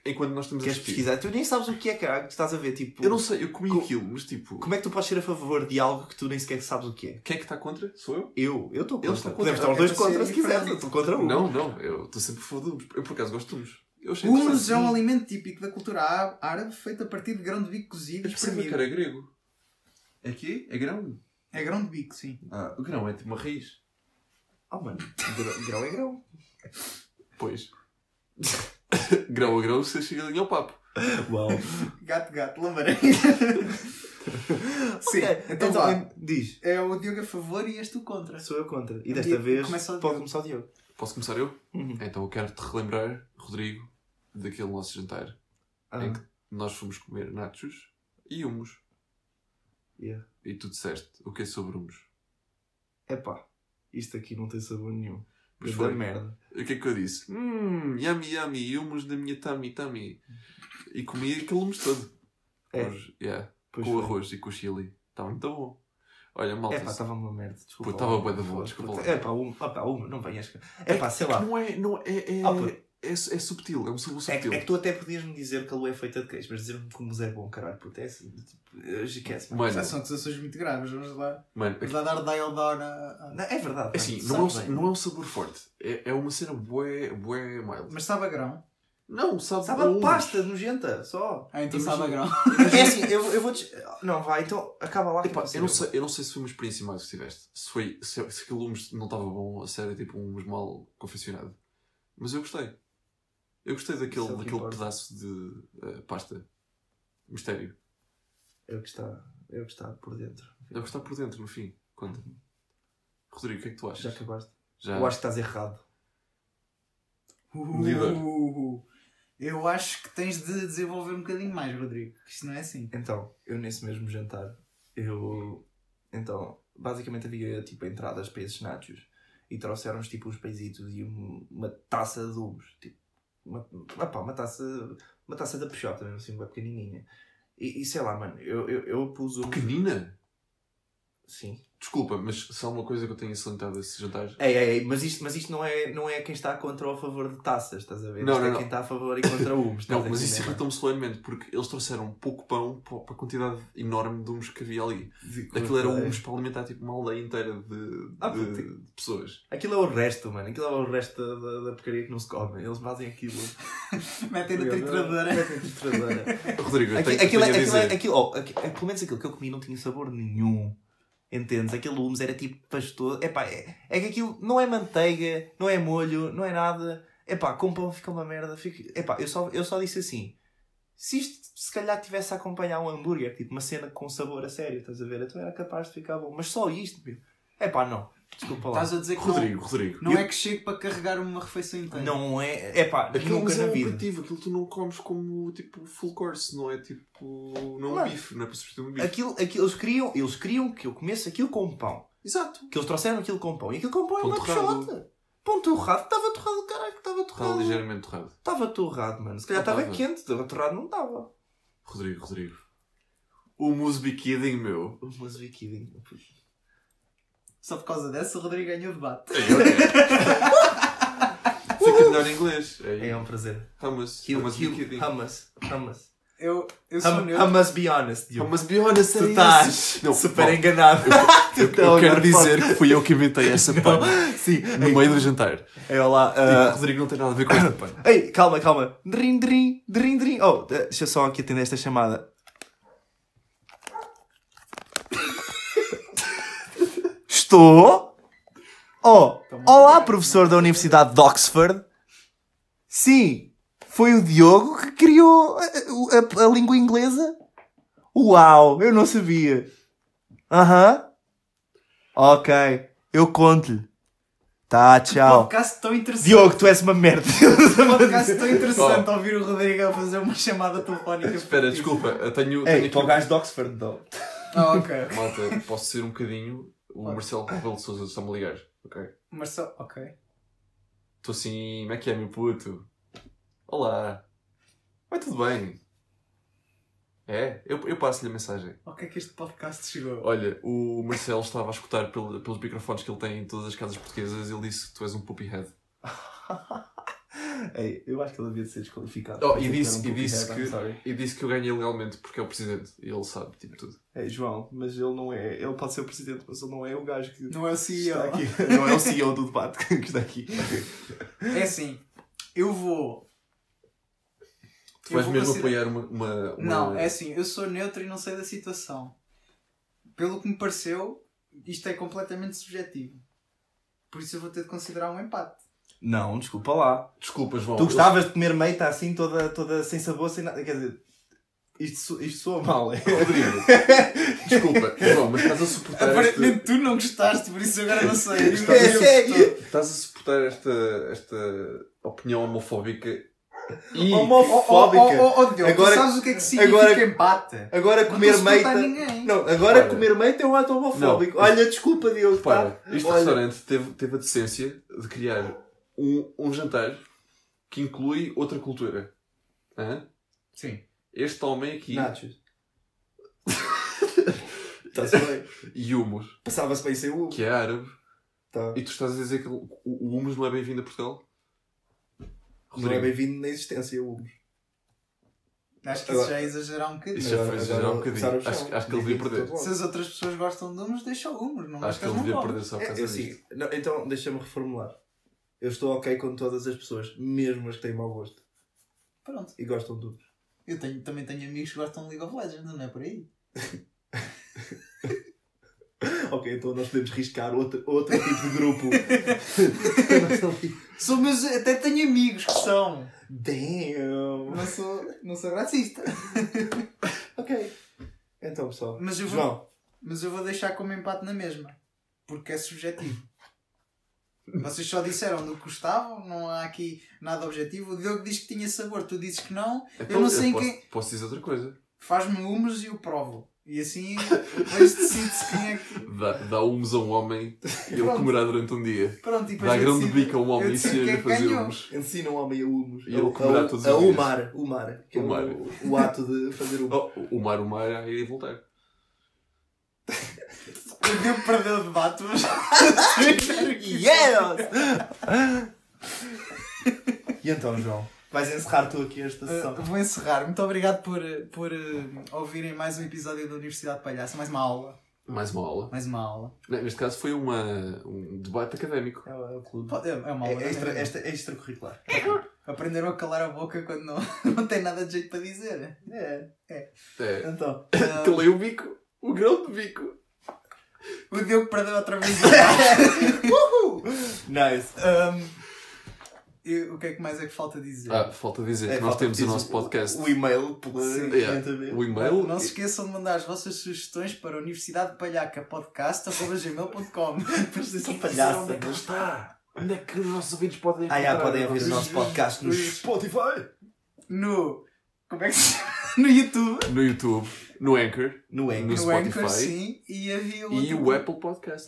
[SPEAKER 3] Enquanto nós estamos a
[SPEAKER 5] Queres
[SPEAKER 3] pesquisar.
[SPEAKER 5] pesquisar? Tu nem sabes o que é, caralho. Tu estás a ver, tipo...
[SPEAKER 3] Eu não sei, eu comi
[SPEAKER 5] Co-
[SPEAKER 3] aquilo, mas tipo,
[SPEAKER 5] Como é que tu podes ser a favor de algo que tu nem sequer sabes o que é?
[SPEAKER 3] quem é que está contra? Sou eu?
[SPEAKER 5] Eu? Eu estou
[SPEAKER 3] Ele
[SPEAKER 5] contra.
[SPEAKER 3] está contra.
[SPEAKER 5] Podemos estar os
[SPEAKER 2] É
[SPEAKER 5] dois
[SPEAKER 2] para ser
[SPEAKER 5] contra se quiseres.
[SPEAKER 2] diferente.
[SPEAKER 5] Eu estou contra um.
[SPEAKER 3] Não, não, eu estou sempre a favor de humus. Eu por acaso gosto de humus. Eu achei
[SPEAKER 2] Humus é um
[SPEAKER 3] interessante.
[SPEAKER 2] alimento típico da cultura á- árabe feito a partir de grão de bico cozido
[SPEAKER 3] Eu
[SPEAKER 2] e
[SPEAKER 3] pensava que
[SPEAKER 2] espremido.
[SPEAKER 3] era grego. Aqui é grão.
[SPEAKER 2] É grão de bico, sim.
[SPEAKER 5] Ah,
[SPEAKER 3] O grão é tipo uma raiz.
[SPEAKER 5] oh, mano, grão, grão é grão.
[SPEAKER 3] Pois. grão a grão, você chega ali ao papo.
[SPEAKER 5] Uau.
[SPEAKER 2] Gato, gato, lambarei. sim, então,
[SPEAKER 5] então,
[SPEAKER 2] vá.
[SPEAKER 5] diz.
[SPEAKER 2] É o Diogo a favor e este o contra.
[SPEAKER 5] Sou eu contra. E
[SPEAKER 2] Eu
[SPEAKER 5] desta
[SPEAKER 2] digo,
[SPEAKER 5] vez
[SPEAKER 2] Um começa o
[SPEAKER 5] pode
[SPEAKER 2] Diogo.
[SPEAKER 5] começar o Diogo.
[SPEAKER 3] Posso começar eu?
[SPEAKER 5] Uhum.
[SPEAKER 3] Então eu quero te relembrar, Rodrigo, daquele nosso jantar.
[SPEAKER 5] Ah,
[SPEAKER 3] Em que nós fomos comer nachos e humus.
[SPEAKER 5] yeah.
[SPEAKER 3] E tu disseste o que é sobre humus.
[SPEAKER 5] Epá, isto aqui não tem sabor nenhum.
[SPEAKER 3] Mas
[SPEAKER 5] Grande
[SPEAKER 3] foi.
[SPEAKER 5] merda.
[SPEAKER 3] O que é que eu disse? Hum, yummy, yummy, humus da minha tummy, tummy. E comi aquele humus todo.
[SPEAKER 5] É.
[SPEAKER 3] Mas, yeah,
[SPEAKER 5] Pois
[SPEAKER 3] com
[SPEAKER 5] foi.
[SPEAKER 3] arroz e com chili. Estava muito bom. Olha, malta.
[SPEAKER 5] Epá, estava uma merda. Desculpa.
[SPEAKER 3] Puta, tava bué da boa, desculpa
[SPEAKER 5] Puta,
[SPEAKER 3] lá.
[SPEAKER 5] Epá, uma, epá, uma, não venhas. Epá, sei lá.
[SPEAKER 3] Não é, não é, é,
[SPEAKER 5] Ah, pô.
[SPEAKER 3] é, é subtil, é um símbolo
[SPEAKER 5] É, que-
[SPEAKER 3] subtil.
[SPEAKER 5] é que tu até podias-me dizer que a lua é feita de queijo, mas dizer-me que o museu é bom, caralho, puta, é assim. Tipo, eh, esquece. mano.
[SPEAKER 3] Mano, é
[SPEAKER 2] Já Ah, são acusações muito graves, vamos lá. Ah,
[SPEAKER 3] mano, é
[SPEAKER 2] Vamos lá dar dial down a- a-
[SPEAKER 5] Não, é verdade.
[SPEAKER 3] É assim,
[SPEAKER 5] mano,
[SPEAKER 3] não é,
[SPEAKER 5] sabe
[SPEAKER 3] um,
[SPEAKER 5] bem.
[SPEAKER 3] não é um sabor forte. É, é uma cena bué, bué mild.
[SPEAKER 2] Mas sabe a grão?
[SPEAKER 3] não, sabe,
[SPEAKER 5] Sabe
[SPEAKER 3] a
[SPEAKER 5] a
[SPEAKER 3] humus.
[SPEAKER 5] pasta nojenta, só.
[SPEAKER 2] Ah, então
[SPEAKER 3] Imagina.
[SPEAKER 2] sabe a grão.
[SPEAKER 5] É assim, eu, eu vou te... Não, vai, então acaba lá. que
[SPEAKER 3] Epá,
[SPEAKER 5] posso
[SPEAKER 3] Tipo, eu, não
[SPEAKER 5] ir.
[SPEAKER 3] sei, eu não sei se foi uma experiência mais que tiveste. Se, foi, se, se aquele humus não estava bom, a sério, tipo um humus mal confeccionado. Mas eu gostei. Eu gostei
[SPEAKER 5] Isso é
[SPEAKER 3] daquele,
[SPEAKER 5] o que
[SPEAKER 3] daquele
[SPEAKER 5] importa.
[SPEAKER 3] pedaço de eh, pasta. Mistério.
[SPEAKER 5] É o que está, é o que está por dentro.
[SPEAKER 3] Eu gostei por dentro, no fim. Conta.
[SPEAKER 5] Uhum.
[SPEAKER 3] Rodrigo, o que é que tu
[SPEAKER 5] Já
[SPEAKER 3] achas?
[SPEAKER 5] acabaste.
[SPEAKER 3] Já.
[SPEAKER 5] Eu acho que estás errado.
[SPEAKER 3] Líder.
[SPEAKER 2] Uh, eu acho que tens de desenvolver um bocadinho mais, Rodrigo. que Isto não é assim.
[SPEAKER 5] Então, eu nesse mesmo jantar, eu. Então, basicamente havia tipo entradas para esses nachos e trouxeram-nos tipo uns paisitos e um- uma taça de humos. Tipo, uma, ah pá, uma taça. Uma taça da Peixota, mesmo assim, uma pequenininha. E, e sei lá, mano, eu, eu, eu pus um.
[SPEAKER 3] Pequenina?
[SPEAKER 5] Sim.
[SPEAKER 3] Desculpa, mas se há uma coisa que eu tenho salientado desses jantares.
[SPEAKER 5] Ei, ei, ei, mas isto, mas isto não, é, não é quem está contra ou a favor de taças, estás a ver?
[SPEAKER 3] Não,
[SPEAKER 5] isto
[SPEAKER 3] não,
[SPEAKER 5] é
[SPEAKER 3] não.
[SPEAKER 5] quem está a favor e contra humos.
[SPEAKER 3] Não, mas é isso irritou-me solenemente, porque eles trouxeram pouco pão pa- para a quantidade enorme de humus que havia ali. Aquilo era humus para alimentar tipo uma aldeia inteira de,
[SPEAKER 5] Ah,
[SPEAKER 3] de-
[SPEAKER 5] puta.
[SPEAKER 3] de pessoas.
[SPEAKER 5] Aquilo é o resto, mano. Aquilo é o resto da, da- da porcaria que não se come. Eles fazem aquilo.
[SPEAKER 2] Metem na trituradora.
[SPEAKER 5] Metem na trituradora.
[SPEAKER 3] Rodrigo, é? eu
[SPEAKER 5] Aqui-
[SPEAKER 3] tenho, eu tenho
[SPEAKER 5] Aquilo,
[SPEAKER 3] a
[SPEAKER 5] aquilo,
[SPEAKER 3] dizer.
[SPEAKER 5] aquilo, oh, aqui- é- pelo menos aquilo que eu comi não tinha sabor nenhum. Entendes? Aquele humus era tipo pastoso. Epá, é, é que aquilo não é manteiga, não é molho, não é nada. Epá, com pão fica uma merda. Fica... Epá, eu só, eu só disse assim. Se isto se calhar tivesse a acompanhar um hambúrguer, tipo uma cena com sabor a sério, estás a ver? Então era capaz de ficar bom. Mas só isto, meu. Epá, não. Desculpa lá.
[SPEAKER 2] Estás a dizer que
[SPEAKER 3] Rodrigo, Rodrigo.
[SPEAKER 2] não,
[SPEAKER 3] eu-
[SPEAKER 2] não é que chego para carregar uma refeição inteira.
[SPEAKER 5] Não é. Epá,
[SPEAKER 3] Aquilo
[SPEAKER 5] nunca
[SPEAKER 3] mas é
[SPEAKER 5] na
[SPEAKER 3] um
[SPEAKER 5] vida.
[SPEAKER 3] aperitivo, aquilo tu não comes como tipo full course, não é tipo. Não é um
[SPEAKER 5] Claro.
[SPEAKER 3] bife, não é para substituir um bife.
[SPEAKER 5] Aquilo, aquilo, eles, queriam, eles queriam que eu comesse aquilo com um pão.
[SPEAKER 3] Exato.
[SPEAKER 5] Que eles trouxeram aquilo com pão. E aquilo com pão é
[SPEAKER 3] Pão
[SPEAKER 5] uma
[SPEAKER 3] torrado.
[SPEAKER 5] peixota. Pão torrado. Estava torrado, caralho. Estava
[SPEAKER 3] Está
[SPEAKER 5] torrado.
[SPEAKER 3] ligeiramente torrado.
[SPEAKER 5] Estava torrado, mano. Se calhar
[SPEAKER 3] Não
[SPEAKER 5] estava
[SPEAKER 3] tava.
[SPEAKER 5] quente. Estava torrado, não estava.
[SPEAKER 3] Rodrigo, Rodrigo. O Muse Be Kidding, meu.
[SPEAKER 5] Mas vi aqui.
[SPEAKER 2] Só por causa dessa, o Rodrigo ganhou o debate.
[SPEAKER 3] Aí, ok. Fica é melhor em inglês. Aí.
[SPEAKER 5] É um prazer.
[SPEAKER 3] Hummus.
[SPEAKER 5] Hummus.
[SPEAKER 3] Hummus Be Kidding.
[SPEAKER 5] Hummus. Hummus.
[SPEAKER 2] Eu, eu sou
[SPEAKER 5] Hum-
[SPEAKER 2] neutro.
[SPEAKER 5] Hummus be honest, Diogo.
[SPEAKER 3] é Hummus Be Honest.
[SPEAKER 5] Tu
[SPEAKER 3] é
[SPEAKER 5] estás
[SPEAKER 3] isso. Não,
[SPEAKER 5] super
[SPEAKER 3] bom,
[SPEAKER 5] enganado. Tu
[SPEAKER 3] Eu,
[SPEAKER 5] estás a
[SPEAKER 3] eu quero
[SPEAKER 5] olhar
[SPEAKER 3] dizer
[SPEAKER 5] para-
[SPEAKER 3] que fui eu que inventei essa pane
[SPEAKER 5] Sim.
[SPEAKER 3] no meio do jantar.
[SPEAKER 5] É, olá.
[SPEAKER 3] Tipo,
[SPEAKER 5] ah,
[SPEAKER 3] Rodrigo não tem nada a ver com esta pane.
[SPEAKER 5] Ei, calma, calma. Drim, drim, drim, drim. Oh, de- deixa eu só aqui atender esta chamada. Estou? Oh, olá, professor da Universidade de Oxford. Sim, foi o Diogo que criou eh, a, a- a língua inglesa. Uau, eu não sabia. Aham. Ok, eu conto-lhe. Tá, tchau.
[SPEAKER 2] Um Podcast tão interessante. um
[SPEAKER 5] Diogo, tu és uma merda.
[SPEAKER 2] Podcast tão interessante ouvir o Rodrigo a fazer uma chamada telefónica.
[SPEAKER 3] Espera, desculpa, eu tenho, tenho aqui...
[SPEAKER 5] é gajo de Oxford, não.
[SPEAKER 2] Ah, ok.
[SPEAKER 3] Malta, posso ser um bocadinho... O
[SPEAKER 2] Pode.
[SPEAKER 3] Marcelo Rebelo de Sousa está-me a ligar, ok?
[SPEAKER 2] Mas só. Ok.
[SPEAKER 3] Estou assim, como é que é, meu puto? Olá. Vai tudo bem? É? Eu, eu passo-lhe a mensagem.
[SPEAKER 2] O que é que este podcast chegou?
[SPEAKER 3] Olha, o Marcelo estava a escutar pel- pelos microfones que ele tem em todas as casas portuguesas ele disse que tu és um puppyhead.
[SPEAKER 5] Ei, eu acho que ele devia de ser desqualificado.
[SPEAKER 3] Oh,
[SPEAKER 5] Por
[SPEAKER 3] e
[SPEAKER 5] ter
[SPEAKER 3] disse,
[SPEAKER 5] um
[SPEAKER 3] e
[SPEAKER 5] pouco
[SPEAKER 3] disse
[SPEAKER 5] errado, I'm sorry.
[SPEAKER 3] que, e disse que eu ganhei legalmente porque é o presidente. E ele sabe, tipo, tudo.
[SPEAKER 5] Ei, João, mas ele não é. Ele pode ser o presidente, mas ele não é o gajo que
[SPEAKER 2] Não é o CEO.
[SPEAKER 5] está aqui. Não é o CEO do debate que está aqui.
[SPEAKER 2] É assim. Eu vou.
[SPEAKER 3] Tu vais
[SPEAKER 2] vou
[SPEAKER 3] mesmo
[SPEAKER 2] considerar- é
[SPEAKER 3] apoiar uma... uma, uma-
[SPEAKER 2] Não, é assim, eu sou neutro e não sei da situação. Pelo que me pareceu, isto é completamente subjetivo. Por isso eu vou ter de considerar um empate.
[SPEAKER 5] Não, desculpa lá.
[SPEAKER 3] Desculpa, João.
[SPEAKER 5] tu gostavas de comer meita assim, toda, toda sem sabor, sem nada. Quer dizer, isto, so- isto soa mal. é?
[SPEAKER 3] Eu- Rodrigo. Desculpa, João, mas estás a suportar
[SPEAKER 2] Aparentemente
[SPEAKER 3] esta,
[SPEAKER 2] tu não gostaste, por isso agora não sei.
[SPEAKER 3] Está-
[SPEAKER 5] É,
[SPEAKER 3] estás a suportar esta, esta opinião homofóbica e
[SPEAKER 5] Homofóbica.
[SPEAKER 2] Oh, oh, oh, oh, Diogo,
[SPEAKER 5] Agora-
[SPEAKER 2] tu sabes o que é que significa
[SPEAKER 5] agora-
[SPEAKER 2] empate?
[SPEAKER 5] Agora
[SPEAKER 2] Não
[SPEAKER 5] comer
[SPEAKER 2] estou a suportar
[SPEAKER 5] meita.
[SPEAKER 2] ninguém.
[SPEAKER 5] Não, agora
[SPEAKER 3] Olha.
[SPEAKER 5] comer meita é um ato homofóbico.
[SPEAKER 3] Não.
[SPEAKER 5] Olha, desculpa, Diogo. tá?
[SPEAKER 3] Repara, este
[SPEAKER 5] Olha,
[SPEAKER 3] restaurante teve, teve a decência de criar um, um jantar que inclui outra cultura. Hã?
[SPEAKER 2] Sim.
[SPEAKER 3] Este homem aqui
[SPEAKER 5] Nachos. Está-se bem.
[SPEAKER 3] e humus,
[SPEAKER 5] Passava-se bem sem o.
[SPEAKER 3] que é árabe,
[SPEAKER 5] Tá.
[SPEAKER 3] e tu estás a dizer que o, o humus não é bem-vindo a Portugal?
[SPEAKER 5] Não é
[SPEAKER 3] Rodrigo,
[SPEAKER 5] bem-vindo na existência o.
[SPEAKER 2] Acho que isso já é exagerar um bocadinho.
[SPEAKER 3] isso já foi
[SPEAKER 5] Agora-
[SPEAKER 3] exagerar um
[SPEAKER 5] agora começaram
[SPEAKER 3] bocadinho.
[SPEAKER 5] o
[SPEAKER 3] Acho,
[SPEAKER 5] chão.
[SPEAKER 3] acho que ele devia
[SPEAKER 5] Bem-vindo
[SPEAKER 3] perder.
[SPEAKER 5] todo
[SPEAKER 2] Se as outras pessoas gostam de humos, deixa o humus. Não
[SPEAKER 3] Acho
[SPEAKER 2] gostas,
[SPEAKER 3] que ele
[SPEAKER 2] não
[SPEAKER 3] devia
[SPEAKER 2] come.
[SPEAKER 3] perder só por
[SPEAKER 5] É,
[SPEAKER 3] causa
[SPEAKER 5] eu
[SPEAKER 2] assim,
[SPEAKER 3] disto.
[SPEAKER 5] sim. Não, então, deixa-me reformular. Eu estou ok com todas as pessoas, mesmo as que têm mau gosto
[SPEAKER 2] Pronto.
[SPEAKER 5] e gostam do.
[SPEAKER 2] Eu tenho- também tenho amigos que gostam de League of Legends, não é por aí?
[SPEAKER 5] Ok, então nós podemos riscar outro, outro tipo de grupo.
[SPEAKER 2] Sou meus, até tenho amigos que são.
[SPEAKER 5] Damn!
[SPEAKER 2] Não sou, não sou racista.
[SPEAKER 5] Ok. Então, pessoal.
[SPEAKER 2] Mas eu vou-
[SPEAKER 5] João,
[SPEAKER 2] Mas eu vou deixar como empate na mesma. Porque é subjetivo. Vocês só disseram do que gostavam, não há aqui nada objetivo. O Diogo diz que tinha sabor, tu dizes que não.
[SPEAKER 3] Então,
[SPEAKER 2] não sei em
[SPEAKER 3] posso,
[SPEAKER 2] quem-
[SPEAKER 3] posso dizer outra coisa.
[SPEAKER 2] Faz-me humus e eu provo. E assim depois decide-se quem é que.
[SPEAKER 3] Dá, dá humus a um homem e ele
[SPEAKER 2] Pronto.
[SPEAKER 3] comerá durante um dia.
[SPEAKER 2] Pronto, e depois
[SPEAKER 3] Dá
[SPEAKER 2] eu
[SPEAKER 3] grão de
[SPEAKER 2] decido-
[SPEAKER 3] bico a um
[SPEAKER 2] eu
[SPEAKER 3] homem e
[SPEAKER 2] decido
[SPEAKER 3] se
[SPEAKER 2] quem é
[SPEAKER 3] a
[SPEAKER 2] que
[SPEAKER 3] fazer
[SPEAKER 2] ganhou.
[SPEAKER 3] humus.
[SPEAKER 5] ensina o homem a humus.
[SPEAKER 3] E ele
[SPEAKER 5] A-
[SPEAKER 3] comerá
[SPEAKER 5] a,
[SPEAKER 3] todos
[SPEAKER 5] a
[SPEAKER 3] os dias.
[SPEAKER 5] umar. Umar. Que é
[SPEAKER 3] Umar.
[SPEAKER 5] o, o ato de fazer um- o.
[SPEAKER 3] Oh, o mar, o mar, aí ia voltar.
[SPEAKER 2] O Diogo perdeu o debate, mas.
[SPEAKER 5] Yes! e então, João? Vais encerrar tu aqui esta
[SPEAKER 2] Uh,
[SPEAKER 5] sessão.
[SPEAKER 2] vou encerrar. Muito obrigado por, uh, por uh, ouvirem mais um episódio da Universidade de Palhaço. Mais uma aula.
[SPEAKER 3] Mais uma aula.
[SPEAKER 2] Mais uma aula.
[SPEAKER 3] Não, Neste caso foi uma, um debate académico.
[SPEAKER 5] É o é o clube.
[SPEAKER 2] Pode- É é uma
[SPEAKER 5] É,
[SPEAKER 2] aula.
[SPEAKER 5] é extra,
[SPEAKER 2] não é?
[SPEAKER 5] esta- é extracurricular.
[SPEAKER 2] Aprenderam a calar a boca quando não, não tem nada de jeito para dizer.
[SPEAKER 5] É.
[SPEAKER 3] É.
[SPEAKER 5] Então.
[SPEAKER 3] Calei o bico. O grão de bico.
[SPEAKER 2] O Diogo perdeu outra vez. o debate. Uhul!
[SPEAKER 5] Nice.
[SPEAKER 3] É,
[SPEAKER 2] Um, e o que é que mais é que falta dizer?
[SPEAKER 3] Ah, falta dizer
[SPEAKER 5] É,
[SPEAKER 3] que nós
[SPEAKER 5] falta
[SPEAKER 3] temos o
[SPEAKER 5] dizer
[SPEAKER 3] nosso podcast.
[SPEAKER 5] O e-mail pela
[SPEAKER 2] Sim.
[SPEAKER 3] Yeah.
[SPEAKER 5] 500 vez.
[SPEAKER 3] O e-mail.
[SPEAKER 2] Não se esqueçam de mandar as vossas sugestões para a Universidade de Palhaca Podcast gmail.com.
[SPEAKER 5] São palhaças.
[SPEAKER 3] está? Onde é que os nossos ouvintes podem
[SPEAKER 5] Ah, já podem ouvir o
[SPEAKER 2] Os-
[SPEAKER 5] nosso podcast no
[SPEAKER 2] os-
[SPEAKER 5] Spotify,
[SPEAKER 2] No. Como é que se chama? No YouTube.
[SPEAKER 3] No YouTube, no Anchor
[SPEAKER 5] no
[SPEAKER 3] No
[SPEAKER 5] Anchor.
[SPEAKER 2] no Anchor,
[SPEAKER 3] Spotify.
[SPEAKER 2] sim. E havia outro.
[SPEAKER 3] e o Apple Podcast.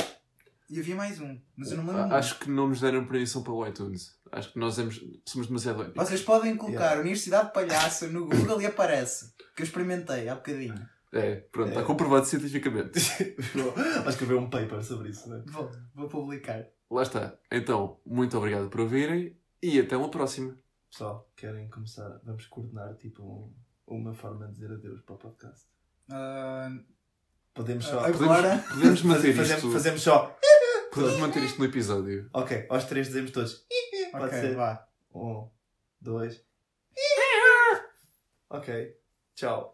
[SPEAKER 2] E havia mais um, mas eu não me lembro.
[SPEAKER 3] Ah, Acho que não nos deram permissão para o iTunes. Acho que nós éramos- somos demasiado épicos.
[SPEAKER 2] Vocês podem colocar
[SPEAKER 5] Yeah.
[SPEAKER 2] Universidade de Palhaço no Google e aparece. Que eu experimentei há bocadinho.
[SPEAKER 3] É, pronto, está
[SPEAKER 5] É.
[SPEAKER 3] comprovado cientificamente.
[SPEAKER 5] Vais escrever um paper sobre isso, não é?
[SPEAKER 2] Vou, vou publicar.
[SPEAKER 3] Lá está. Então, muito obrigado por ouvirem e até uma próxima.
[SPEAKER 5] Pessoal, querem começar? Vamos coordenar tipo um- uma forma de dizer adeus para o podcast.
[SPEAKER 2] Ah,
[SPEAKER 5] Podemos só.
[SPEAKER 2] Ah,
[SPEAKER 3] Podemos,
[SPEAKER 2] Agora-
[SPEAKER 3] podemos manter
[SPEAKER 5] fazemos,
[SPEAKER 3] isto.
[SPEAKER 5] fazemos só.
[SPEAKER 3] Podemos manter isto no episódio.
[SPEAKER 5] Ok, aos três dizemos todos. Pode
[SPEAKER 2] ok,
[SPEAKER 5] ser.
[SPEAKER 2] vá.
[SPEAKER 5] Um, dois. Ok, tchau.